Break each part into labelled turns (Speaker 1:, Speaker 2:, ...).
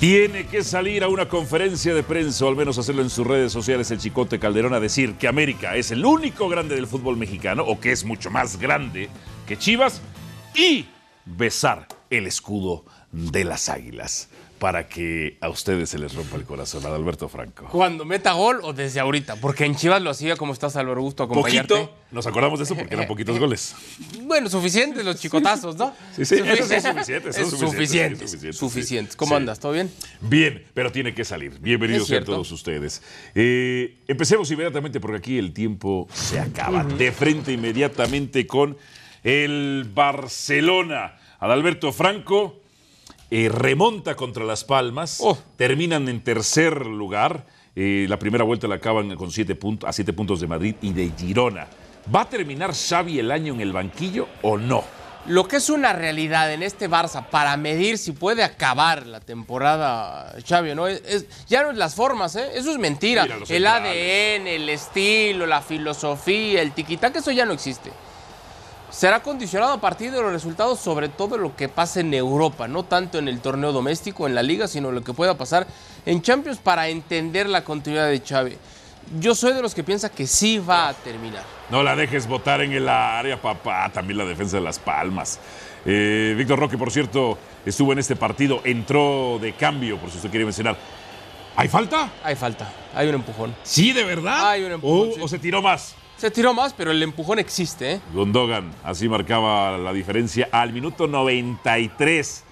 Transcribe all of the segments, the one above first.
Speaker 1: Tiene que salir a una conferencia de prensa, o al menos hacerlo en sus redes sociales, el Chicote Calderón, a decir que América es el único grande del fútbol mexicano, o que es mucho más grande que Chivas, y besar el escudo de las águilas, para que a ustedes se les rompa el corazón, a Alberto Franco.
Speaker 2: Cuando meta gol o desde ahorita, porque en Chivas lo hacía como estás, Álvaro Augusto, acompañarte.
Speaker 1: Poquito, nos acordamos de eso porque eran poquitos goles.
Speaker 2: Bueno, suficientes los chicotazos, ¿no?
Speaker 1: Sí, sí,
Speaker 2: Sufici-
Speaker 1: esos son suficientes, son suficientes,
Speaker 2: Es suficientes,
Speaker 1: sí, suficientes,
Speaker 2: suficientes.
Speaker 1: sí.
Speaker 2: ¿Cómo
Speaker 1: Sí.
Speaker 2: andas? ¿Todo bien?
Speaker 1: Bien, pero tiene que salir. Bienvenidos
Speaker 2: Es
Speaker 1: sean
Speaker 2: cierto.
Speaker 1: todos ustedes. Eh, empecemos inmediatamente porque aquí el tiempo se acaba. De frente inmediatamente con el Barcelona. Adalberto Franco eh, remonta contra Las Palmas.
Speaker 2: Oh.
Speaker 1: Terminan en tercer lugar. Eh, la primera vuelta la acaban con siete puntos, a siete puntos de Madrid y de Girona. ¿Va a terminar Xavi el año en el banquillo o no?
Speaker 2: Lo que es una realidad en este Barça para medir si puede acabar la temporada, Xavi, ¿no? Es- es- ya no es las formas, ¿eh? Eso es mentira.
Speaker 1: Mira los
Speaker 2: el
Speaker 1: centrales.
Speaker 2: ADN, el estilo, la filosofía, el tiquitaca, eso ya no existe. Será condicionado a partir de los resultados, sobre todo lo que pase en Europa, no tanto en el torneo doméstico, en la liga, sino lo que pueda pasar en Champions para entender la continuidad de Xavi. Yo soy de los que piensa que sí va a terminar.
Speaker 1: No la dejes votar en el área, papá. También la defensa de Las Palmas. Eh, Víctor Roque, por cierto, estuvo en este partido, entró de cambio, por si usted quiere mencionar. ¿Hay falta?
Speaker 2: Hay falta, hay un empujón.
Speaker 1: Sí, de verdad.
Speaker 2: Hay un empujón,
Speaker 1: ¿O,
Speaker 2: sí.
Speaker 1: o se tiró más?
Speaker 2: Se tiró más, pero el empujón existe, ¿eh?
Speaker 1: Gondogan, así marcaba la diferencia al minuto 93.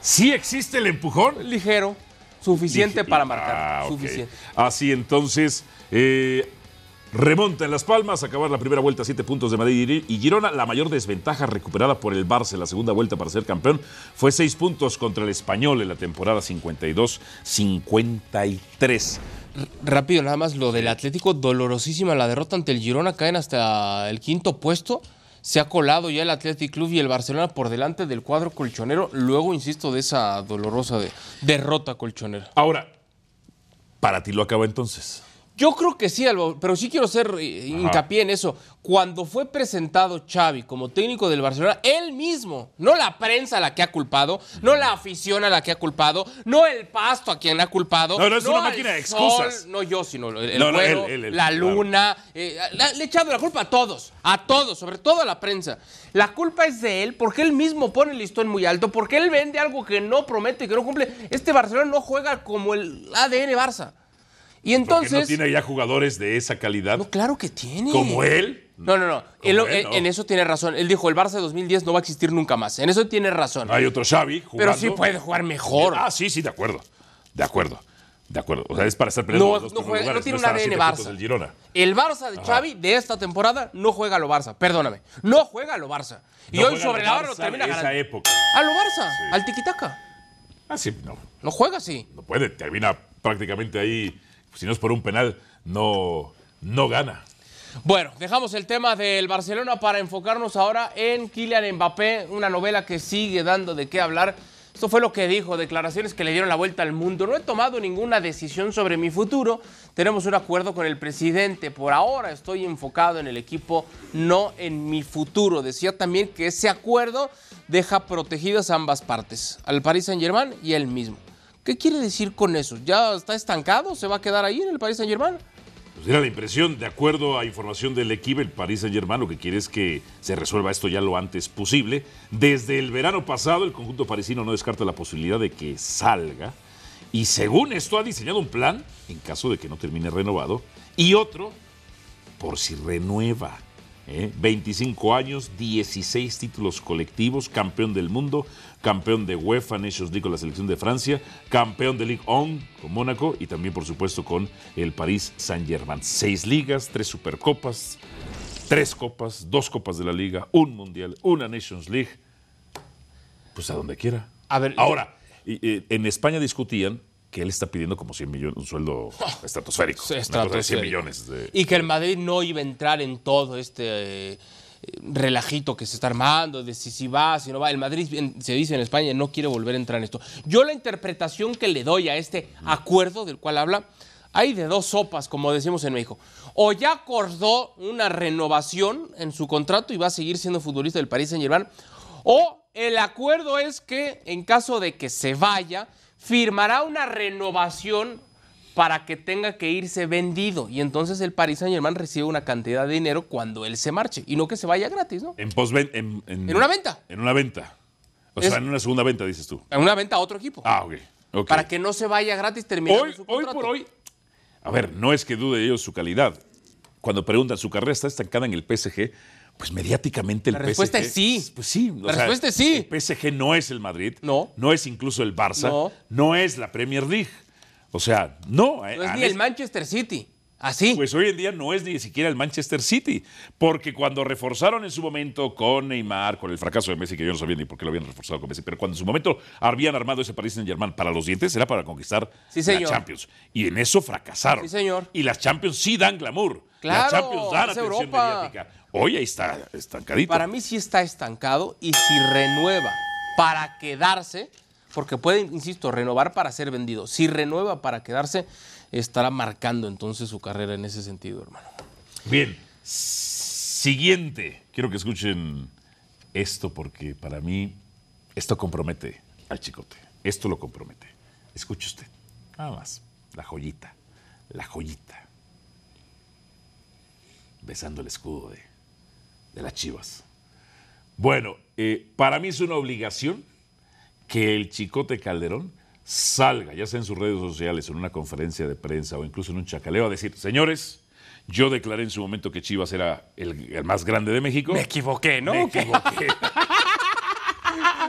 Speaker 1: ¿Sí existe el empujón?
Speaker 2: ligero, suficiente
Speaker 1: Dije-
Speaker 2: para marcar.
Speaker 1: Ah, ok.
Speaker 2: Suficiente.
Speaker 1: Así entonces, eh, remonta en Las Palmas, acabar la primera vuelta, siete puntos de Madrid y Girona. La mayor desventaja recuperada por el Barça en la segunda vuelta para ser campeón fue seis puntos contra el Español en la temporada 52-53.
Speaker 2: Rápido, nada más lo del Atlético, dolorosísima la derrota ante el Girona, caen hasta el quinto puesto. Se ha colado ya el Athletic Club y el Barcelona por delante del cuadro colchonero, luego, insisto, de esa dolorosa de- derrota colchonera.
Speaker 1: Ahora, para ti lo acaba entonces.
Speaker 2: Yo creo que sí, Álvaro, pero sí quiero hacer eh, hincapié en eso. Cuando fue presentado Xavi como técnico del Barcelona, él mismo, no la prensa a la que ha culpado, no la afición a la que ha culpado, no el pasto a quien ha culpado.
Speaker 1: No, no, es una
Speaker 2: al
Speaker 1: máquina de
Speaker 2: sol,
Speaker 1: excusas.
Speaker 2: no yo, sino el, el
Speaker 1: No, no,
Speaker 2: güero,
Speaker 1: él, él, él,
Speaker 2: la
Speaker 1: claro.
Speaker 2: luna. eh, la- le he echado la culpa a todos, a todos, sobre todo a la prensa. La culpa es de él porque él mismo pone el listón muy alto, porque él vende algo que no promete y que no cumple. Este Barcelona no juega como el ADN Barça.
Speaker 1: Porque
Speaker 2: Y entonces.
Speaker 1: no tiene ya jugadores de esa calidad
Speaker 2: No, claro que tiene.
Speaker 1: como él.
Speaker 2: No, no, no. Él-
Speaker 1: Como él,
Speaker 2: él-
Speaker 1: no.
Speaker 2: En eso tiene razón. Él dijo, el Barça de 2010 no va a existir nunca más. En eso tiene razón.
Speaker 1: No hay otro Xavi
Speaker 2: Pero
Speaker 1: jugando.
Speaker 2: sí puede jugar mejor.
Speaker 1: Ah, sí, sí, de acuerdo. De acuerdo. De acuerdo. O sea, es para estar
Speaker 2: No,
Speaker 1: peleando los dos
Speaker 2: no
Speaker 1: primeros
Speaker 2: juega- no
Speaker 1: lugares,
Speaker 2: tiene un
Speaker 1: estar a
Speaker 2: ADN
Speaker 1: siete puntos
Speaker 2: Barça.
Speaker 1: del Girona.
Speaker 2: El Barça de Xavi de esta temporada no juega a lo Barça. Perdóname. No juega a lo Barça. Y
Speaker 1: No
Speaker 2: hoy
Speaker 1: juega
Speaker 2: sobre
Speaker 1: al
Speaker 2: la hora lo
Speaker 1: Barça
Speaker 2: termina
Speaker 1: de esa
Speaker 2: ganando.
Speaker 1: época.
Speaker 2: A lo Barça. Al tiquitaca.
Speaker 1: Ah, sí, no.
Speaker 2: No juega así.
Speaker 1: No puede. Termina prácticamente ahí. Si no es por un penal, no, no gana.
Speaker 2: Bueno, dejamos el tema del Barcelona para enfocarnos ahora en Kylian Mbappé, una novela que sigue dando de qué hablar. Esto fue lo que dijo, declaraciones que le dieron la vuelta al mundo. No he tomado ninguna decisión sobre mi futuro. Tenemos un acuerdo con el presidente. Por ahora estoy enfocado en el equipo, no en mi futuro. Decía también que ese acuerdo deja protegidas ambas partes, al Paris Saint-Germain y él mismo. ¿Qué quiere decir con eso? ¿Ya está estancado? ¿Se va a quedar ahí en el Paris Saint-Germain?
Speaker 1: Pues era la impresión, de acuerdo a información del equipo, el Paris Saint Germain lo que quiere es que se resuelva esto ya lo antes posible. Desde el verano pasado, el conjunto parisino no descarta la posibilidad de que salga. Y según esto, ha diseñado un plan en caso de que no termine renovado y otro por si renueva. ¿eh? 25 años, 16 títulos colectivos, campeón del mundo, campeón de UEFA Nations League con la selección de Francia, campeón de Ligue 1 con Mónaco y también, por supuesto, con el París Saint-Germain. Seis ligas, tres supercopas, tres copas, dos copas de la liga, un mundial, una Nations League. Pues a donde quiera.
Speaker 2: A ver,
Speaker 1: Ahora, y, eh, en España discutían que él está pidiendo como 100 millones, un sueldo estratosférico. una cosa de
Speaker 2: Sí,
Speaker 1: 100
Speaker 2: estratosférico.
Speaker 1: millones. de-
Speaker 2: Y que el Madrid no iba a entrar en todo este eh, relajito que se está armando, de si, si va, si no va. El Madrid, en- se dice en España, no quiere volver a entrar en esto. Yo la interpretación que le doy a este acuerdo del cual habla, hay de dos sopas, como decimos en México. O ya acordó una renovación en su contrato y va a seguir siendo futbolista del Paris Saint-Germain, o el acuerdo es que, en caso de que se vaya, firmará una renovación para que tenga que irse vendido. Y entonces el Paris Saint Germain recibe una cantidad de dinero cuando él se marche. Y no que se vaya gratis, ¿no?
Speaker 1: En, posven- en,
Speaker 2: En una venta.
Speaker 1: En una venta. O
Speaker 2: Es-
Speaker 1: sea, en una segunda venta, dices tú.
Speaker 2: En una venta a otro equipo.
Speaker 1: Ah, ok. ok.
Speaker 2: Para que no se vaya gratis terminando
Speaker 1: hoy,
Speaker 2: su
Speaker 1: hoy
Speaker 2: contrato.
Speaker 1: por hoy, a ver, no es que dude ellos su calidad. Cuando preguntan, ¿su carrera está estancada en el PSG? Pues mediáticamente el
Speaker 2: La
Speaker 1: PSG.
Speaker 2: respuesta es sí.
Speaker 1: Pues sí. o
Speaker 2: La respuesta es sí.
Speaker 1: El PSG no es el Madrid.
Speaker 2: No.
Speaker 1: No es incluso el Barça.
Speaker 2: No.
Speaker 1: no es la Premier League. O sea, no. eh,
Speaker 2: No es
Speaker 1: han
Speaker 2: ni el
Speaker 1: es-
Speaker 2: Manchester City. Así.
Speaker 1: pues hoy en día no es ni siquiera el Manchester City, porque cuando reforzaron en su momento con Neymar, con el fracaso de Messi, que yo no sabía ni por qué lo habían reforzado con Messi, pero cuando en su momento habían armado ese Paris Saint-Germain para los dientes, era para conquistar
Speaker 2: Sí,
Speaker 1: la
Speaker 2: señor.
Speaker 1: Champions. Y en eso fracasaron.
Speaker 2: Sí, señor.
Speaker 1: Y las Champions sí dan glamour.
Speaker 2: Claro,
Speaker 1: las Champions dan
Speaker 2: es
Speaker 1: atención
Speaker 2: Europa.
Speaker 1: mediática. Hoy ahí está estancadito.
Speaker 2: Para mí sí está estancado y si renueva para quedarse, porque puede, insisto, renovar para ser vendido. Si renueva para quedarse, estará marcando entonces su carrera en ese sentido, hermano.
Speaker 1: Bien. Siguiente. Quiero que escuchen esto porque para mí esto compromete al chicote. Esto lo compromete. Escuche usted. Nada más. La joyita. La joyita. Besando el escudo de, de las chivas. Bueno, eh, para mí es una obligación que el Chicote Calderón salga, ya sea en sus redes sociales, en una conferencia de prensa o incluso en un chacaleo, a decir, señores, yo declaré en su momento que Chivas era el, el más grande de México.
Speaker 2: Me equivoqué, ¿no?
Speaker 1: Me equivoqué.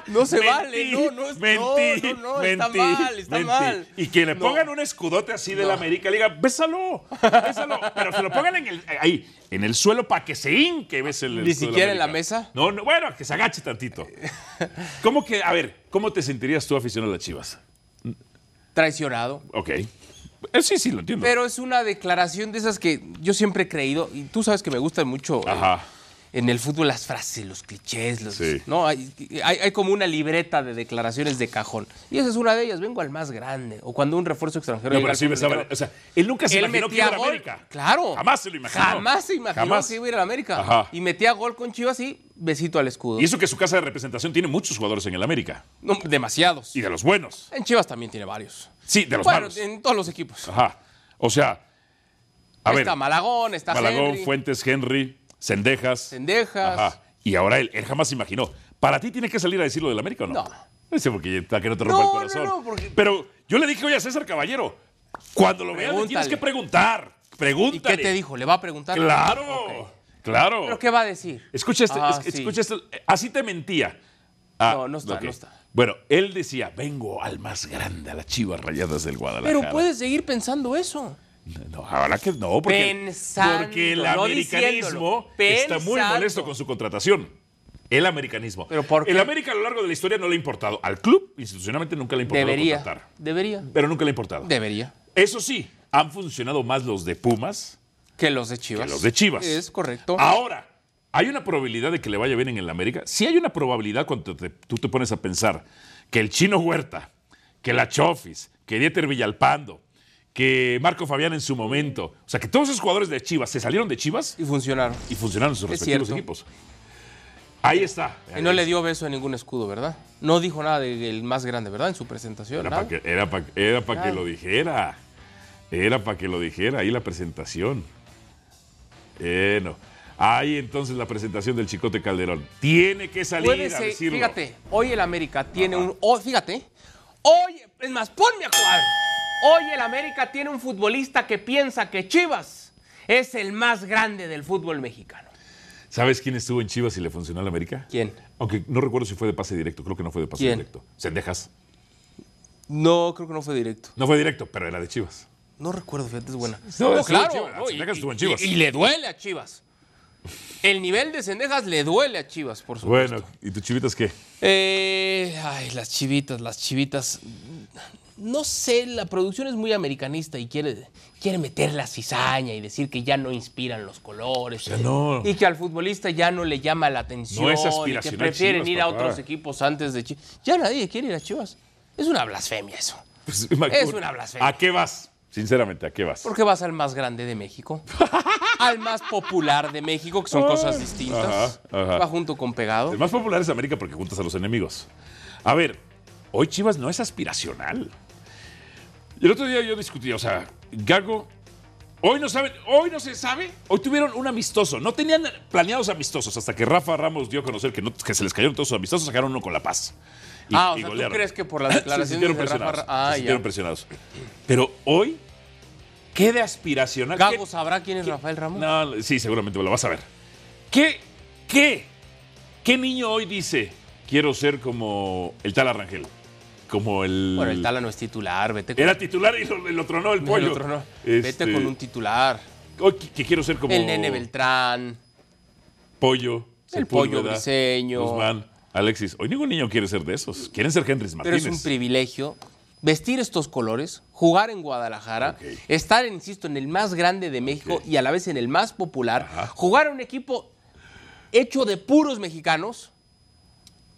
Speaker 2: No se
Speaker 1: Mentí,
Speaker 2: vale, no, no es
Speaker 1: mentí,
Speaker 2: no, no, no, está
Speaker 1: mentí,
Speaker 2: mal, está
Speaker 1: mentí.
Speaker 2: mal.
Speaker 1: Y que le
Speaker 2: No.
Speaker 1: pongan un escudote así de
Speaker 2: No.
Speaker 1: la América, le digan, bésalo, bésalo, pero se lo pongan en el, ahí, en el suelo para que se hinque, bese el
Speaker 2: ¿Ni
Speaker 1: escudo de
Speaker 2: siquiera en la
Speaker 1: América.
Speaker 2: mesa?
Speaker 1: No, no, bueno, que se agache tantito. ¿Cómo que, a ver, cómo te sentirías tú aficionado a las Chivas?
Speaker 2: Traicionado.
Speaker 1: Ok. Eh, sí, sí, lo entiendo.
Speaker 2: Pero es una declaración de esas que yo siempre he creído, y tú sabes que me gustan mucho eh,
Speaker 1: Ajá.
Speaker 2: en el fútbol las frases, los clichés, los,
Speaker 1: Sí.
Speaker 2: ¿no? Hay, hay- hay como una libreta de declaraciones de cajón. Y esa es una de ellas, vengo al más grande. O cuando un refuerzo extranjero...
Speaker 1: No, pero
Speaker 2: llega al
Speaker 1: sí
Speaker 2: fútbol
Speaker 1: besaba.
Speaker 2: mexicano,
Speaker 1: O sea, él nunca se
Speaker 2: él
Speaker 1: imaginó que
Speaker 2: metía
Speaker 1: iba a la
Speaker 2: gol.
Speaker 1: América.
Speaker 2: Claro.
Speaker 1: Jamás se lo imaginó.
Speaker 2: Jamás se imaginó
Speaker 1: Jamás.
Speaker 2: que iba a ir a la América.
Speaker 1: Ajá.
Speaker 2: Y metía gol con Chivas y besito al escudo.
Speaker 1: Y eso que su casa de representación tiene muchos jugadores en el América.
Speaker 2: No, demasiados.
Speaker 1: Y de los buenos.
Speaker 2: En Chivas también tiene varios.
Speaker 1: Sí, de los
Speaker 2: bueno,
Speaker 1: malos.
Speaker 2: en todos los equipos.
Speaker 1: Ajá. O sea, a ver.
Speaker 2: está Malagón, está
Speaker 1: Malagón,
Speaker 2: Henry,
Speaker 1: Fuentes, Henry, Sendejas.
Speaker 2: Sendejas.
Speaker 1: Ajá. Y ahora él, él jamás se imaginó. ¿Para ti tiene que salir a decir lo del América o no?
Speaker 2: No.
Speaker 1: Dice porque para que no te rompa
Speaker 2: No,
Speaker 1: el corazón.
Speaker 2: no, no, porque-
Speaker 1: Pero yo le dije hoy a César Caballero, cuando lo veas le tienes
Speaker 2: Pregúntale.
Speaker 1: que preguntar.
Speaker 2: ¿Y
Speaker 1: Pregúntale.
Speaker 2: qué te dijo? ¿Le va a preguntar?
Speaker 1: Claro,
Speaker 2: Ok.
Speaker 1: claro.
Speaker 2: ¿Pero qué va a decir?
Speaker 1: Escucha esto,
Speaker 2: Ah,
Speaker 1: es- escucha
Speaker 2: sí.
Speaker 1: esto. eh, Así te mentía. Ah,
Speaker 2: No, no está,
Speaker 1: ok.
Speaker 2: no está.
Speaker 1: Bueno, él decía, vengo al más grande, a las chivas rayadas del Guadalajara.
Speaker 2: Pero puedes seguir pensando eso.
Speaker 1: No, ahora que no, porque,
Speaker 2: Pensando,
Speaker 1: porque el
Speaker 2: no
Speaker 1: americanismo
Speaker 2: diciéndolo,
Speaker 1: está muy
Speaker 2: pensando.
Speaker 1: molesto con su contratación. El americanismo.
Speaker 2: ¿Pero por qué?
Speaker 1: El América a lo largo de la historia no le ha importado. Al club, institucionalmente, nunca le ha importado
Speaker 2: Debería.
Speaker 1: contratar.
Speaker 2: Debería.
Speaker 1: Pero nunca le ha importado.
Speaker 2: Debería.
Speaker 1: Eso sí, han funcionado más los de Pumas
Speaker 2: Que los de Chivas.
Speaker 1: que los de Chivas. Ah.
Speaker 2: Es correcto.
Speaker 1: Ahora, ¿hay una probabilidad de que le vaya bien en el América? Sí hay una probabilidad cuando te- tú te pones a pensar que el Chino Huerta, que la Chofis, que Dieter Villalpando, que Marco Fabián en su momento, o sea, que todos esos jugadores de Chivas se salieron de Chivas
Speaker 2: Y funcionaron.
Speaker 1: y funcionaron en sus
Speaker 2: Es
Speaker 1: respectivos
Speaker 2: cierto.
Speaker 1: equipos. Ahí está.
Speaker 2: Y no le dio beso a ningún escudo, ¿verdad? No dijo nada del más grande, ¿verdad? En su presentación.
Speaker 1: Era
Speaker 2: nada.
Speaker 1: para que, era pa- era pa' que
Speaker 2: Nada.
Speaker 1: lo dijera. Era para que lo dijera ahí la presentación. Bueno, ahí entonces la presentación del Chicote Calderón. Tiene que salir
Speaker 2: Puede
Speaker 1: a
Speaker 2: ser-
Speaker 1: decirlo.
Speaker 2: Fíjate, hoy el América tiene un. oh, fíjate, hoy, es más, ponme a cuadro. Hoy el América tiene un futbolista que piensa que Chivas es el más grande del fútbol mexicano.
Speaker 1: ¿Sabes quién estuvo en Chivas y le funcionó al América?
Speaker 2: ¿Quién?
Speaker 1: Aunque no recuerdo si fue de pase directo, creo que no fue de pase
Speaker 2: ¿Quién?
Speaker 1: directo. Sendejas.
Speaker 2: No, creo que no fue directo.
Speaker 1: No fue directo, pero era de Chivas.
Speaker 2: No recuerdo, fíjate, es buena.
Speaker 1: No,
Speaker 2: No,
Speaker 1: estuvo en
Speaker 2: claro.
Speaker 1: Chivas,
Speaker 2: no,
Speaker 1: Cendejas estuvo en Chivas.
Speaker 2: y- y le duele a Chivas. El nivel de Cendejas le duele a Chivas, por supuesto.
Speaker 1: Bueno, ¿y tus chivitas qué?
Speaker 2: Eh, ay, las chivitas, las chivitas. No sé, la producción es muy americanista y quiere, quiere meter la cizaña y decir que ya no inspiran los colores.
Speaker 1: sea, no.
Speaker 2: Y que al futbolista ya no le llama la atención.
Speaker 1: No es
Speaker 2: y que
Speaker 1: aspiracional
Speaker 2: prefieren
Speaker 1: Chivas,
Speaker 2: ir a
Speaker 1: papá.
Speaker 2: otros equipos antes de Chivas. Ya nadie quiere ir a Chivas. Es una blasfemia eso.
Speaker 1: Pues, imagínate.
Speaker 2: Es una blasfemia.
Speaker 1: ¿A qué vas? Sinceramente, ¿a qué vas?
Speaker 2: ¿Por qué vas al más grande de México? al más popular de México, que son cosas distintas.
Speaker 1: Ah. Ajá, ajá.
Speaker 2: Va junto con pegado.
Speaker 1: El más popular es América porque juntas a los enemigos. A ver, hoy Chivas no es aspiracional. Y el otro día yo discutía, o sea, Gago, hoy no saben, hoy no se sabe, hoy tuvieron un amistoso, no tenían planeados amistosos hasta que Rafa Ramos dio a conocer que, no- que se les cayeron todos sus amistosos, sacaron uno con La Paz. Y-
Speaker 2: ah, o
Speaker 1: y
Speaker 2: sea, ¿tú
Speaker 1: golearon.
Speaker 2: crees que por las
Speaker 1: Se
Speaker 2: declaraciones
Speaker 1: sintieron
Speaker 2: de Rafa...
Speaker 1: presionados,
Speaker 2: Ra- Ah,
Speaker 1: se sintieron
Speaker 2: ya.
Speaker 1: presionados. Pero hoy, ¿qué de aspiracional? ¿Qué-
Speaker 2: Gago sabrá quién es Rafael Ramos.
Speaker 1: no, sí, seguramente lo vas a ver. ¿Qué, qué, qué niño hoy dice quiero ser como el tal Arrangel? Como el.
Speaker 2: Bueno, el Tala no es titular, vete con,
Speaker 1: Era titular y lo, lo tronó el
Speaker 2: el
Speaker 1: pollo.
Speaker 2: otro no.
Speaker 1: Este,
Speaker 2: Vete con un titular.
Speaker 1: hoy que- que quiero ser como.
Speaker 2: El Nene Beltrán,
Speaker 1: Pollo.
Speaker 2: el Pollo
Speaker 1: Sepúlveda,
Speaker 2: Briseño.
Speaker 1: Guzmán, Alexis. Hoy ningún niño quiere ser de esos. Quieren ser Henry
Speaker 2: Pero
Speaker 1: Martínez.
Speaker 2: es un privilegio vestir estos colores, jugar en Guadalajara,
Speaker 1: Ok.
Speaker 2: estar, insisto, en el más grande de México y a la vez en el más popular, jugar a un equipo hecho de puros mexicanos,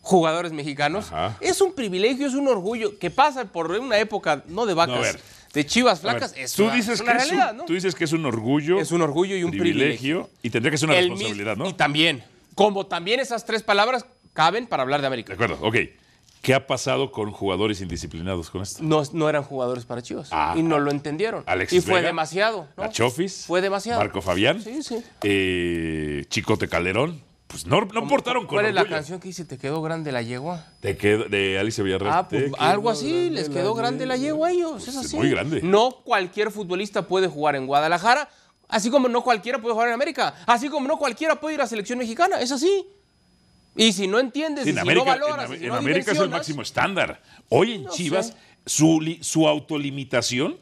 Speaker 2: jugadores mexicanos,
Speaker 1: Ajá.
Speaker 2: es un privilegio, es un orgullo que pasa por una época, no de vacas,
Speaker 1: No, a ver.
Speaker 2: de chivas
Speaker 1: A ver,
Speaker 2: flacas. es
Speaker 1: tú,
Speaker 2: una-
Speaker 1: dices
Speaker 2: es una
Speaker 1: que es un-
Speaker 2: realidad, ¿no?
Speaker 1: tú dices que es un orgullo.
Speaker 2: Es un orgullo y un privilegio.
Speaker 1: Y tendría que ser una
Speaker 2: El
Speaker 1: responsabilidad,
Speaker 2: mis-
Speaker 1: ¿no?
Speaker 2: Y también, como también esas tres palabras caben para hablar de
Speaker 1: De
Speaker 2: América.
Speaker 1: acuerdo, ok. ¿Qué ha pasado con jugadores indisciplinados con este esto?
Speaker 2: No, no eran jugadores para Chivas
Speaker 1: Ah.
Speaker 2: y no lo entendieron.
Speaker 1: Alexis
Speaker 2: y fue
Speaker 1: Vega,
Speaker 2: demasiado. ¿no?
Speaker 1: La Chofis.
Speaker 2: Fue demasiado.
Speaker 1: Marco Fabián.
Speaker 2: Sí, sí.
Speaker 1: eh, Chicote Calderón. Pues no, no portaron con
Speaker 2: ¿Cuál es la
Speaker 1: orgullo.
Speaker 2: canción que dice ¿Te quedó grande la yegua?
Speaker 1: Te quedo- de Alicia Villarreal.
Speaker 2: Ah, pues
Speaker 1: Te
Speaker 2: algo
Speaker 1: quedo
Speaker 2: así, les
Speaker 1: grande
Speaker 2: quedó
Speaker 1: la
Speaker 2: grande la
Speaker 1: yegua.
Speaker 2: yegua a ellos,
Speaker 1: Pues
Speaker 2: es
Speaker 1: es
Speaker 2: así.
Speaker 1: muy grande.
Speaker 2: No cualquier futbolista puede jugar en Guadalajara, así como no cualquiera puede jugar en América, así como no cualquiera puede ir a selección mexicana, es así. Y si no entiendes,
Speaker 1: Sí,
Speaker 2: y
Speaker 1: en
Speaker 2: si
Speaker 1: América,
Speaker 2: no valoras,
Speaker 1: en-
Speaker 2: y si
Speaker 1: en
Speaker 2: no
Speaker 1: América es el
Speaker 2: dimensionas,
Speaker 1: máximo estándar. Hoy en
Speaker 2: No
Speaker 1: Chivas,
Speaker 2: sé.
Speaker 1: su, li- su autolimitación,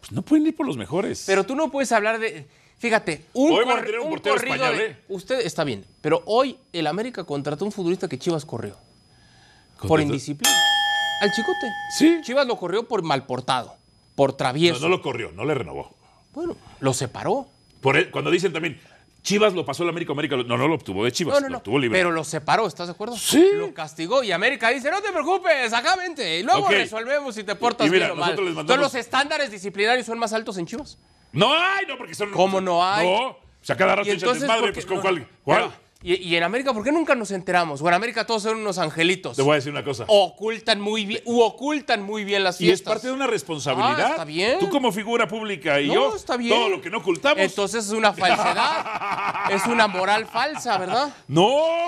Speaker 1: pues no pueden ir por los mejores.
Speaker 2: Pero tú no puedes hablar de. Fíjate, un,
Speaker 1: Hoy van a
Speaker 2: corri-
Speaker 1: tener un
Speaker 2: un
Speaker 1: portero
Speaker 2: corrido
Speaker 1: español,
Speaker 2: de-
Speaker 1: ¿eh?
Speaker 2: Usted está bien, pero hoy el América contrató un futbolista que Chivas corrió. Por
Speaker 1: Contrató-
Speaker 2: indisciplina. Al chicote.
Speaker 1: Sí.
Speaker 2: Chivas lo corrió por malportado, por
Speaker 1: No,
Speaker 2: travieso.
Speaker 1: no lo corrió, no le renovó.
Speaker 2: Bueno, lo separó.
Speaker 1: Por el- cuando dicen también, Chivas lo pasó el América, América lo- no, no lo obtuvo de Chivas,
Speaker 2: No, no,
Speaker 1: Pues lo
Speaker 2: no.
Speaker 1: obtuvo libre.
Speaker 2: Pero lo separó, ¿estás de acuerdo?
Speaker 1: Sí.
Speaker 2: Lo castigó y América dice, no te preocupes, acá vente. Y luego
Speaker 1: Ok.
Speaker 2: resolvemos si te portas
Speaker 1: Y mira,
Speaker 2: bien o mal.
Speaker 1: nosotros les mandamos-
Speaker 2: Entonces los estándares disciplinarios son más altos en Chivas.
Speaker 1: No hay, no, porque son.
Speaker 2: ¿Cómo no hay?
Speaker 1: No. O sea, cada rato
Speaker 2: Y entonces,
Speaker 1: madre,
Speaker 2: ¿por qué
Speaker 1: pues con
Speaker 2: no?
Speaker 1: cuál. cuál?
Speaker 2: Pero, Y, y en América, ¿por qué nunca nos enteramos? O en América todos son unos angelitos.
Speaker 1: Te voy a decir una cosa.
Speaker 2: Ocultan muy bien, u ocultan muy bien las
Speaker 1: y es
Speaker 2: fiestas.
Speaker 1: parte de una responsabilidad.
Speaker 2: Ah, está bien.
Speaker 1: Tú como figura pública y
Speaker 2: No,
Speaker 1: yo,
Speaker 2: está bien.
Speaker 1: todo lo que no ocultamos.
Speaker 2: Entonces es una falsedad. es una moral falsa, ¿verdad?
Speaker 1: no.
Speaker 2: ah,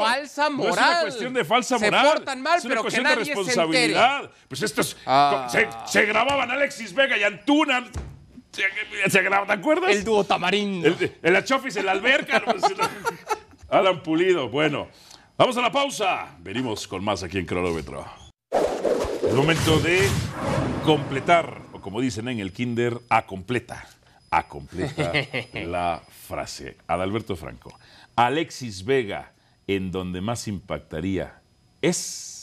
Speaker 1: No
Speaker 2: Falsa
Speaker 1: es una
Speaker 2: moral.
Speaker 1: cuestión de falsa
Speaker 2: Se
Speaker 1: moral.
Speaker 2: portan mal,
Speaker 1: es una
Speaker 2: pero que
Speaker 1: cuestión
Speaker 2: nadie
Speaker 1: de
Speaker 2: se
Speaker 1: responsabilidad. pues esto es.
Speaker 2: Ah.
Speaker 1: Se, se grababan Alexis Vega y Antuna. Se, se graba- ¿te acuerdas?
Speaker 2: El dúo tamarindo.
Speaker 1: El, el achofis en la alberca. no, pues, Alan Pulido. Bueno, vamos a la pausa. Venimos con más aquí en Cronómetro. El momento de completar, o como dicen en el kinder, a completa. A completa la frase. Adalberto Franco. Alexis Vega, en donde más impactaría es...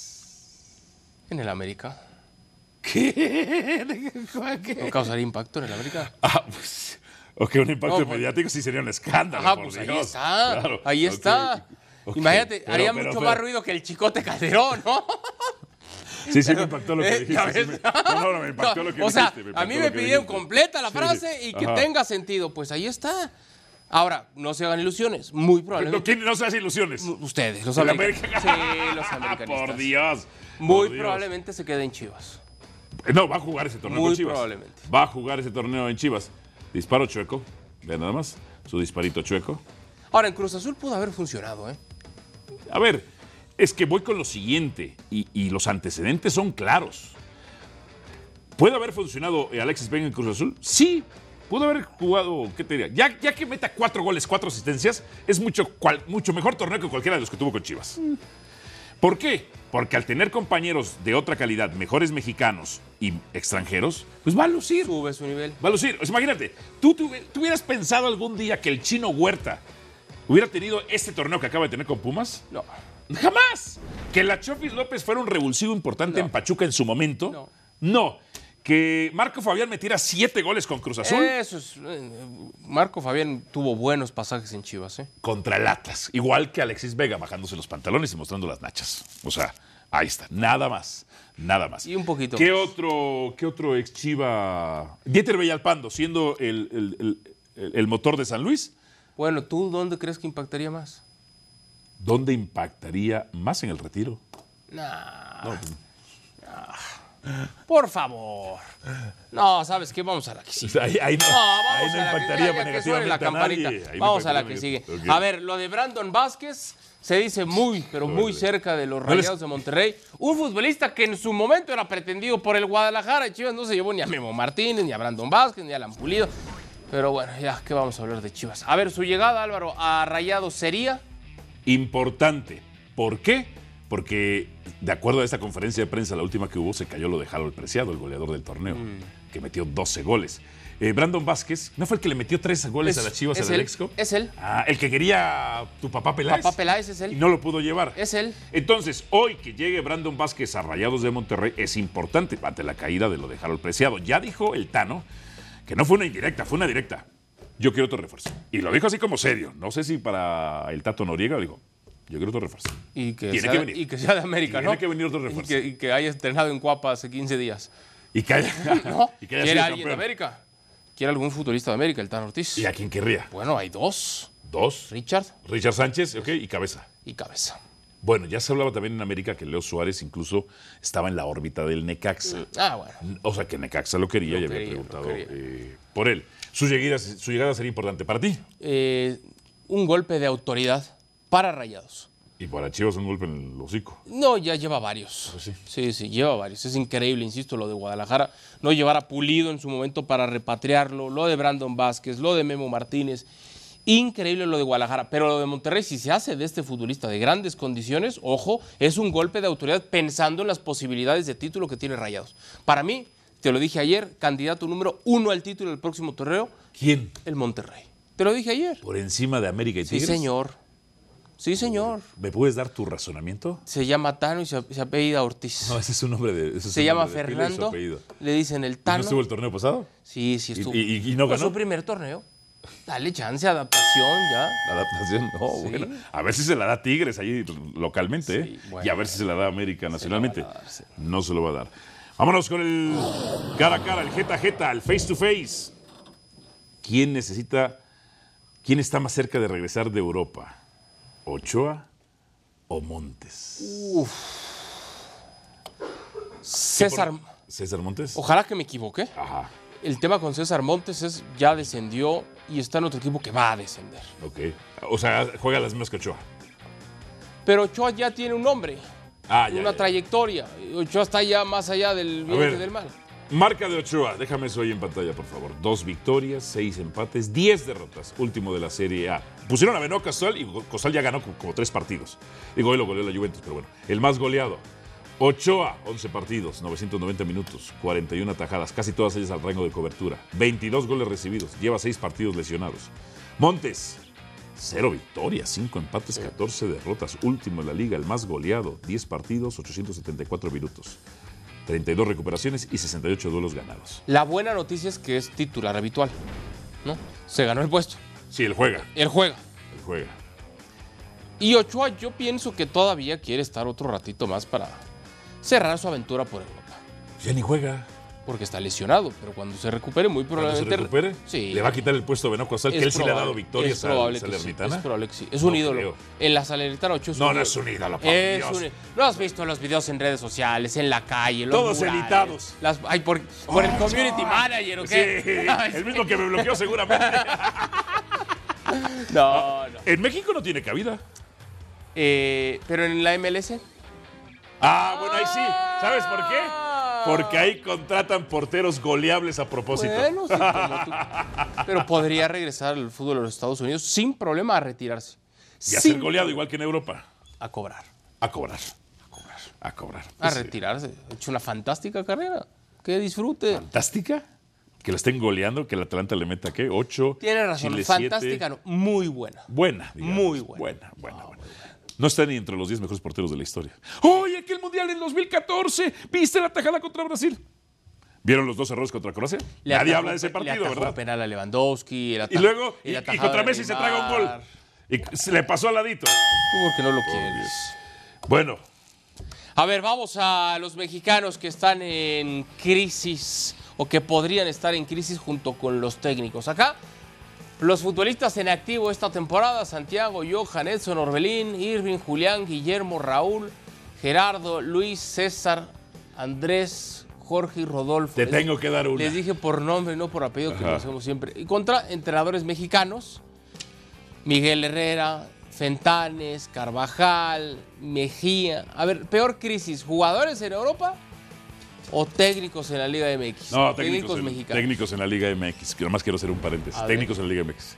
Speaker 2: En el América.
Speaker 1: ¿Qué?
Speaker 2: No causaría impacto en el América.
Speaker 1: Ah, pues, ok, un impacto
Speaker 2: No, pues-
Speaker 1: mediático sí sería un escándalo.
Speaker 2: Ajá,
Speaker 1: por
Speaker 2: pues ahí
Speaker 1: Dios.
Speaker 2: está.
Speaker 1: Claro,
Speaker 2: Ahí
Speaker 1: ok,
Speaker 2: está.
Speaker 1: ok,
Speaker 2: Imagínate,
Speaker 1: pero-
Speaker 2: haría
Speaker 1: pero-
Speaker 2: mucho
Speaker 1: pero-
Speaker 2: más ruido que el chicote Calderón, ¿no?
Speaker 1: Sí, sí, me impactó lo que
Speaker 2: Eh, ya
Speaker 1: dijiste. sí,
Speaker 2: ves.
Speaker 1: me- no, no, no, me impactó lo que
Speaker 2: o sea,
Speaker 1: dijiste,
Speaker 2: a
Speaker 1: impactó
Speaker 2: mí
Speaker 1: lo
Speaker 2: me
Speaker 1: que
Speaker 2: pidieron
Speaker 1: dijiste.
Speaker 2: completa la
Speaker 1: Sí,
Speaker 2: frase y que
Speaker 1: ajá.
Speaker 2: tenga sentido. Pues ahí está. Ahora, no se hagan ilusiones. Muy
Speaker 1: No,
Speaker 2: probablemente.
Speaker 1: ¿quién- no se hace ilusiones.
Speaker 2: Ustedes, los
Speaker 1: El
Speaker 2: americanistas.
Speaker 1: América-
Speaker 2: Sí, los americanistas.
Speaker 1: Ah, Por Dios.
Speaker 2: Muy
Speaker 1: por Dios.
Speaker 2: probablemente se queden chivas.
Speaker 1: Eh, No, va a jugar ese torneo
Speaker 2: Muy
Speaker 1: con Chivas.
Speaker 2: probablemente.
Speaker 1: Va a jugar ese torneo en Chivas. Disparo chueco. Vean nada más. Su disparito chueco.
Speaker 2: Ahora, en Cruz Azul pudo haber funcionado, ¿eh?
Speaker 1: A ver, es que voy con lo siguiente y, y los antecedentes son claros. ¿Puede haber funcionado eh, Alexis Vega en Cruz Azul? Sí, Pudo haber jugado, ¿qué te diría? Ya, ya que meta cuatro goles, cuatro asistencias, es mucho, cual- mucho mejor torneo que cualquiera de los que tuvo con Chivas. ¿Por qué? Porque al tener compañeros de otra calidad, mejores mexicanos y extranjeros, pues va a lucir.
Speaker 2: Sube su nivel.
Speaker 1: Va a lucir. O sea, imagínate, ¿tú, tú, tú hubieras pensado algún día que el chino Huerta hubiera tenido este torneo que acaba de tener con Pumas?
Speaker 2: No.
Speaker 1: ¡Jamás! Que la Chofis López fuera un revulsivo importante
Speaker 2: No.
Speaker 1: en Pachuca en su momento.
Speaker 2: No.
Speaker 1: No. Que Marco Fabián metiera siete goles con Cruz Azul
Speaker 2: Eso es. eh, Marco Fabián tuvo buenos pasajes en Chivas, ¿eh?
Speaker 1: contra Latas. Igual que Alexis Vega bajándose los pantalones y mostrando las nachas. O sea, ahí está. Nada más. Nada más.
Speaker 2: Y un poquito
Speaker 1: ¿Qué
Speaker 2: más.
Speaker 1: otro, ¿Qué otro ex Chiva? Dieter Bellalpando, siendo el, el- el- el motor de San Luis.
Speaker 2: Bueno, ¿tú dónde crees que impactaría más?
Speaker 1: ¿Dónde impactaría más en el retiro?
Speaker 2: Nah. Ah.
Speaker 1: No,
Speaker 2: Por favor. No, ¿sabes qué? Vamos a la que sigue.
Speaker 1: pues, ahí, ahí no,
Speaker 2: No,
Speaker 1: ahí
Speaker 2: vamos
Speaker 1: no
Speaker 2: a la que-
Speaker 1: impactaría
Speaker 2: ya- ya que suene
Speaker 1: negativamente
Speaker 2: la
Speaker 1: a nadie.
Speaker 2: campanita.
Speaker 1: Ahí no
Speaker 2: Vamos a la que
Speaker 1: impactaría
Speaker 2: sigue.
Speaker 1: negativamente. Ok.
Speaker 2: A ver, lo de Brandon Vázquez se dice muy, pero muy cerca de los
Speaker 1: les-
Speaker 2: Rayados de Monterrey. Un futbolista que en su momento era pretendido por el Guadalajara y Chivas no se llevó ni a Memo Martínez, ni a Brandon Vázquez, ni a Alan Pulido. Pero bueno, ya que vamos a hablar de Chivas. A ver, su llegada, Álvaro, a Rayados sería
Speaker 1: importante. ¿Por qué? Porque, de acuerdo a esta conferencia de prensa, la última que hubo, se cayó lo de Harold Preciado, el goleador del torneo,
Speaker 2: Mm.
Speaker 1: que metió 12 goles. Eh, Brandon Vázquez, ¿no fue el que le metió 13 goles
Speaker 2: Es-
Speaker 1: a las Chivas
Speaker 2: es
Speaker 1: en el
Speaker 2: él,
Speaker 1: Exco?
Speaker 2: es él.
Speaker 1: Ah, el que quería tu papá Peláez.
Speaker 2: Papá Peláez, es él.
Speaker 1: Y no lo pudo llevar.
Speaker 2: Es él.
Speaker 1: Entonces, hoy que llegue Brandon Vázquez a Rayados de Monterrey es importante ante la caída de lo de Harold Preciado. Ya dijo el Tano que no fue una indirecta, fue una directa. Yo quiero otro refuerzo. Y lo dijo así como serio. No sé si para el Tato Noriega dijo, yo quiero otro refuerzo.
Speaker 2: y que,
Speaker 1: Tiene
Speaker 2: sea,
Speaker 1: que venir.
Speaker 2: y que sea de América,
Speaker 1: Tiene
Speaker 2: ¿no?
Speaker 1: que venir otro
Speaker 2: y
Speaker 1: refuerzo.
Speaker 2: que, y que haya entrenado en Cuapa hace 15 días.
Speaker 1: Y que haya,
Speaker 2: ¿No?
Speaker 1: y que haya sido
Speaker 2: ¿Quiere alguien de
Speaker 1: campeón.
Speaker 2: América? ¿Quiere algún futbolista de América, el Tan Ortiz?
Speaker 1: ¿Y a quién querría?
Speaker 2: Bueno, hay dos.
Speaker 1: Dos.
Speaker 2: Richard
Speaker 1: Richard Sánchez, ok, y Cabeza.
Speaker 2: y Cabeza.
Speaker 1: Bueno, ya se hablaba también en América que Leo Suárez incluso estaba en la órbita del Necaxa.
Speaker 2: Ah, bueno.
Speaker 1: O sea, que Necaxa lo quería
Speaker 2: Lo
Speaker 1: y había
Speaker 2: quería, lo
Speaker 1: preguntado
Speaker 2: quería.
Speaker 1: eh, por él. Su llegada, su llegada sería importante para ti.
Speaker 2: Eh, un golpe de autoridad para Rayados.
Speaker 1: Y para Chivas un golpe en el hocico.
Speaker 2: No, ya lleva varios.
Speaker 1: Pues sí.
Speaker 2: sí, sí, lleva varios. Es increíble, insisto, lo de Guadalajara. No llevar a Pulido en su momento para repatriarlo. Lo de Brandon Vázquez, lo de Memo Martínez. Increíble lo de Guadalajara. Pero lo de Monterrey, si se hace de este futbolista de grandes condiciones, ojo, es un golpe de autoridad pensando en las posibilidades de título que tiene Rayados. Para mí, te lo dije ayer, candidato número uno al título del próximo torneo,
Speaker 1: ¿Quién?
Speaker 2: el Monterrey. Te lo dije ayer.
Speaker 1: Por encima de América y
Speaker 2: Sí,
Speaker 1: Tigres.
Speaker 2: señor. Sí, señor.
Speaker 1: ¿Me puedes dar tu razonamiento?
Speaker 2: Se llama Tano y se, se apellida Ortiz.
Speaker 1: No, ese es un nombre de. ese es
Speaker 2: se
Speaker 1: un
Speaker 2: llama
Speaker 1: nombre de pila y su
Speaker 2: Fernando.
Speaker 1: apellido.
Speaker 2: Le dicen el
Speaker 1: ¿Y ¿No
Speaker 2: Tano.
Speaker 1: estuvo el torneo pasado?
Speaker 2: Sí, sí
Speaker 1: ¿Y-
Speaker 2: estuvo.
Speaker 1: y- y no
Speaker 2: Fue
Speaker 1: ganó?
Speaker 2: su primer torneo. Dale chance, adaptación, ya.
Speaker 1: Adaptación, no,
Speaker 2: Sí.
Speaker 1: bueno. A ver si se la da Tigres ahí localmente, ¿eh?
Speaker 2: Sí, bueno.
Speaker 1: Y a ver si se la da América nacionalmente.
Speaker 2: va a dar, sí.
Speaker 1: No se lo va a dar. Vámonos con el cara a cara, el jeta a jeta, el face to face. ¿Quién necesita, quién está más cerca de regresar de Europa? ¿Ochoa o Montes?
Speaker 2: César.
Speaker 1: ¿César Montes?
Speaker 2: Ojalá que me equivoque.
Speaker 1: Ajá,
Speaker 2: El tema con César Montes es ya descendió y está en otro equipo que va a descender.
Speaker 1: ok. O sea, juega las mismas que Ochoa.
Speaker 2: Pero Ochoa ya tiene un nombre,
Speaker 1: Ah, ya,
Speaker 2: una
Speaker 1: ya, ya.
Speaker 2: trayectoria. Ochoa está ya más allá del bien
Speaker 1: ver.
Speaker 2: que del mal.
Speaker 1: Marca de Ochoa, déjame eso ahí en pantalla, por favor. Dos victorias, seis empates, diez derrotas. Último de la Serie A. Pusieron a Benoit Costal y Go- Costal ya ganó co- como tres partidos. Digo, hoy lo goleó la Juventus, pero bueno. El más goleado. Ochoa, 11 partidos, 990 minutos, 41 atajadas, casi todas ellas al rango de cobertura. 22 goles recibidos, lleva seis partidos lesionados. Montes, Cero victorias, cinco empates, 14 derrotas. Último en la liga, el más goleado. 10 partidos, 874 minutos. 32 recuperaciones y 68 duelos ganados.
Speaker 2: La buena noticia es que es titular habitual. ¿no? Se ganó el puesto.
Speaker 1: Sí, él juega.
Speaker 2: Él juega.
Speaker 1: Él juega.
Speaker 2: Y Ochoa, yo pienso que todavía quiere estar otro ratito más para cerrar su aventura por Europa.
Speaker 1: Ya ni juega.
Speaker 2: Porque está lesionado, pero cuando se recupere, muy
Speaker 1: Cuando se
Speaker 2: probablemente.
Speaker 1: recupere,
Speaker 2: Sí.
Speaker 1: le va a quitar el puesto a Benoit Costal, que
Speaker 2: Es
Speaker 1: él sí le ha dado
Speaker 2: probable,
Speaker 1: victorias
Speaker 2: es probable
Speaker 1: a
Speaker 2: que sí,
Speaker 1: Salernitana.
Speaker 2: es probable que sí. Es
Speaker 1: No
Speaker 2: un ídolo.
Speaker 1: creo.
Speaker 2: En la Salernitana Ochoa es
Speaker 1: No, no es un ídolo, por
Speaker 2: Es
Speaker 1: Dios.
Speaker 2: un- ¿No has visto los videos en redes sociales, en la calle? los
Speaker 1: Todos
Speaker 2: murales,
Speaker 1: editados. Oh,
Speaker 2: las- ay, por, por el community manager, ¿o qué? Ay,
Speaker 1: Sí, el mismo que me bloqueó seguramente.
Speaker 2: No, no.
Speaker 1: en México no tiene cabida.
Speaker 2: Eh, pero en la MLS.
Speaker 1: Ah, bueno, ahí sí. ¿Sabes por qué? Porque ahí contratan porteros goleables a propósito.
Speaker 2: Bueno, sí, como tú. Pero podría regresar al fútbol de los Estados Unidos sin problema a retirarse.
Speaker 1: y a
Speaker 2: Sin-
Speaker 1: ser goleado igual que en Europa.
Speaker 2: A cobrar.
Speaker 1: A cobrar. A cobrar. A cobrar. Pues
Speaker 2: A
Speaker 1: Sí.
Speaker 2: retirarse. Ha hecho una fantástica carrera. Que disfrute.
Speaker 1: Fantástica. Que la estén goleando, que el Atlanta le meta, ¿qué? Ocho.
Speaker 2: Tiene razón.
Speaker 1: Chile, siete.
Speaker 2: fantástica, no. Muy buena.
Speaker 1: Buena, digamos.
Speaker 2: Muy buena. Ah,
Speaker 1: Buena, buena, buena. No está ni entre los 10 mejores porteros de la historia. ¡Oye, aquel mundial en 2014! ¿Viste la tajada contra Brasil? ¿Vieron los dos errores contra Croacia?
Speaker 2: Le
Speaker 1: Nadie
Speaker 2: atajó-
Speaker 1: habla de ese
Speaker 2: le
Speaker 1: partido,
Speaker 2: atajó
Speaker 1: ¿verdad?
Speaker 2: un penal a Lewandowski. el
Speaker 1: Y
Speaker 2: ata-
Speaker 1: luego,
Speaker 2: el
Speaker 1: y, y
Speaker 2: atajado
Speaker 1: contra
Speaker 2: de
Speaker 1: Messi se traga un gol.
Speaker 2: Neymar.
Speaker 1: Y se le pasó al ladito.
Speaker 2: Tú porque no lo quieres.
Speaker 1: Bueno,
Speaker 2: A ver, vamos a los mexicanos que están en crisis o que podrían estar en crisis junto con los técnicos. Acá, los futbolistas en activo esta temporada, Santiago, Johan, Edson, Orbelín, Irving, Julián, Guillermo, Raúl, Gerardo, Luis, César, Andrés, Jorge y Rodolfo.
Speaker 1: te
Speaker 2: Les-
Speaker 1: tengo que dar una.
Speaker 2: Les dije por nombre, no por apellido, que
Speaker 1: Ajá.
Speaker 2: lo hacemos siempre. Y contra entrenadores mexicanos, Miguel Herrera, Fentanes, Carvajal, Mejía. A ver, peor crisis, ¿jugadores en Europa o técnicos en la Liga MX?
Speaker 1: No, técnicos, en,
Speaker 2: mexicanos.
Speaker 1: técnicos en la Liga MX. Que nomás quiero hacer un paréntesis.
Speaker 2: A ver.
Speaker 1: técnicos en la Liga MX.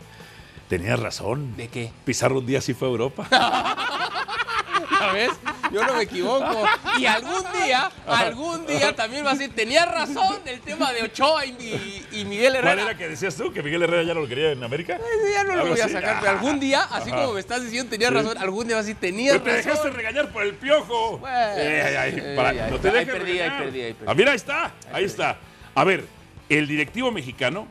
Speaker 1: Tenías razón.
Speaker 2: ¿De qué?
Speaker 1: Pizarro un día sí fue a Europa.
Speaker 2: ¿Sabes? Yo no me equivoco. Y algún día, algún día también va a decir, tenía razón el tema de Ochoa y, mi- y Miguel Herrera.
Speaker 1: ¿Cuál era que decías tú? ¿Que Miguel Herrera ya no lo quería en América?
Speaker 2: Ese Pues ya no lo
Speaker 1: Algo
Speaker 2: voy a
Speaker 1: así. Ah,
Speaker 2: sacar, pero algún día, así
Speaker 1: Ajá.
Speaker 2: como me estás diciendo, tenías
Speaker 1: Sí.
Speaker 2: razón, algún día vas a decir, tenías
Speaker 1: Pero
Speaker 2: razón.
Speaker 1: te dejaste regañar por el piojo.
Speaker 2: Bueno,
Speaker 1: Eh, ay, ay,
Speaker 2: eh,
Speaker 1: para-
Speaker 2: ahí
Speaker 1: no te
Speaker 2: está, ahí
Speaker 1: dejes
Speaker 2: perdí, ahí
Speaker 1: regañar.
Speaker 2: perdí, ahí perdí.
Speaker 1: Ah, mira, ahí está. Ahí, está. A ver, el directivo mexicano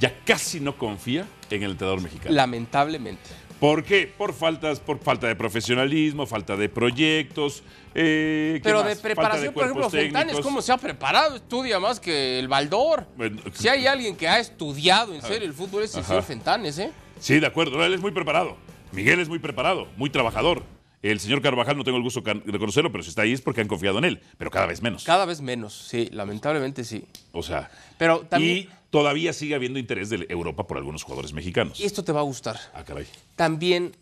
Speaker 1: ya casi no confía en el entrenador mexicano.
Speaker 2: Lamentablemente.
Speaker 1: ¿Por qué? Por faltas, por falta de profesionalismo, falta de proyectos. eh, ¿qué
Speaker 2: Pero
Speaker 1: más?
Speaker 2: de
Speaker 1: Falta
Speaker 2: preparación, por ejemplo,
Speaker 1: cuerpos
Speaker 2: Fontanes,
Speaker 1: técnicos.
Speaker 2: ¿cómo se ha preparado? Estudia más que el Baldor.
Speaker 1: Bueno,
Speaker 2: Si hay alguien que ha estudiado en serio el fútbol es el
Speaker 1: Ajá.
Speaker 2: señor Fentanes, ¿eh?
Speaker 1: Sí, de acuerdo. No, Él es muy preparado. Miguel es muy preparado, muy trabajador. El señor Carvajal no tengo el gusto can- de conocerlo, pero si está ahí es porque han confiado en él, pero cada vez menos.
Speaker 2: Cada vez menos, sí, lamentablemente sí.
Speaker 1: O sea,
Speaker 2: Pero también,
Speaker 1: y todavía sigue habiendo interés de Europa por algunos jugadores mexicanos.
Speaker 2: y esto te va a gustar,
Speaker 1: Ah, caray.
Speaker 2: también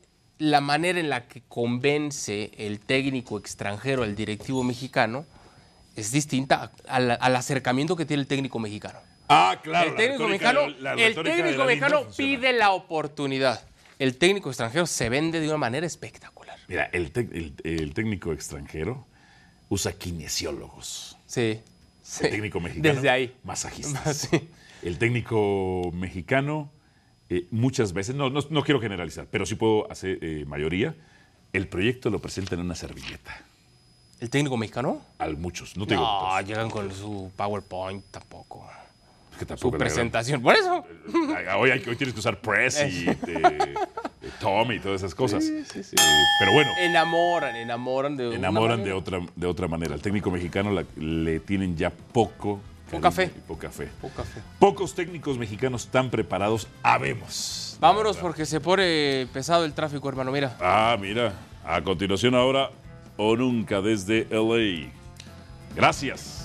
Speaker 2: la manera en la que convence el técnico extranjero al directivo mexicano es distinta a- al- al acercamiento que tiene el técnico mexicano.
Speaker 1: Ah, claro.
Speaker 2: el
Speaker 1: la
Speaker 2: técnico
Speaker 1: retórica
Speaker 2: mexicano,
Speaker 1: de- la
Speaker 2: el
Speaker 1: retórica de
Speaker 2: técnico
Speaker 1: Lavín no
Speaker 2: mexicano
Speaker 1: funciona.
Speaker 2: pide la oportunidad. El técnico extranjero se vende de una manera espectacular.
Speaker 1: Mira, el, tec- el- el técnico extranjero usa kinesiólogos.
Speaker 2: Sí. sí.
Speaker 1: El técnico mexicano.
Speaker 2: Desde ahí.
Speaker 1: Masajistas.
Speaker 2: Sí.
Speaker 1: El técnico mexicano, eh, muchas veces, no, no, no quiero generalizar, pero sí puedo hacer eh, mayoría, el proyecto lo presenta en una servilleta.
Speaker 2: ¿El técnico mexicano?
Speaker 1: A muchos, no te digo. pues,
Speaker 2: No,
Speaker 1: todos,
Speaker 2: llegan con su PowerPoint tampoco.
Speaker 1: que
Speaker 2: Su
Speaker 1: tampoco la gran-
Speaker 2: presentación. Por eso.
Speaker 1: Ay, Hoy, hay que- hoy tienes que usar press y
Speaker 2: Eh.
Speaker 1: te, te tome y todas esas cosas. Eh, pero bueno,
Speaker 2: Enamoran, enamoran de una
Speaker 1: enamoran de
Speaker 2: manera.
Speaker 1: otra, de otra manera. Al técnico mexicano la- le tienen ya poco.
Speaker 2: Poca
Speaker 1: cariño
Speaker 2: fe.
Speaker 1: y Poca fe.
Speaker 2: Poca fe.
Speaker 1: Pocos técnicos mexicanos tan preparados habemos.
Speaker 2: Vámonos porque se pone pesado el tráfico, hermano. Mira.
Speaker 1: Ah, mira. A continuación ahora, o nunca desde LA. Gracias.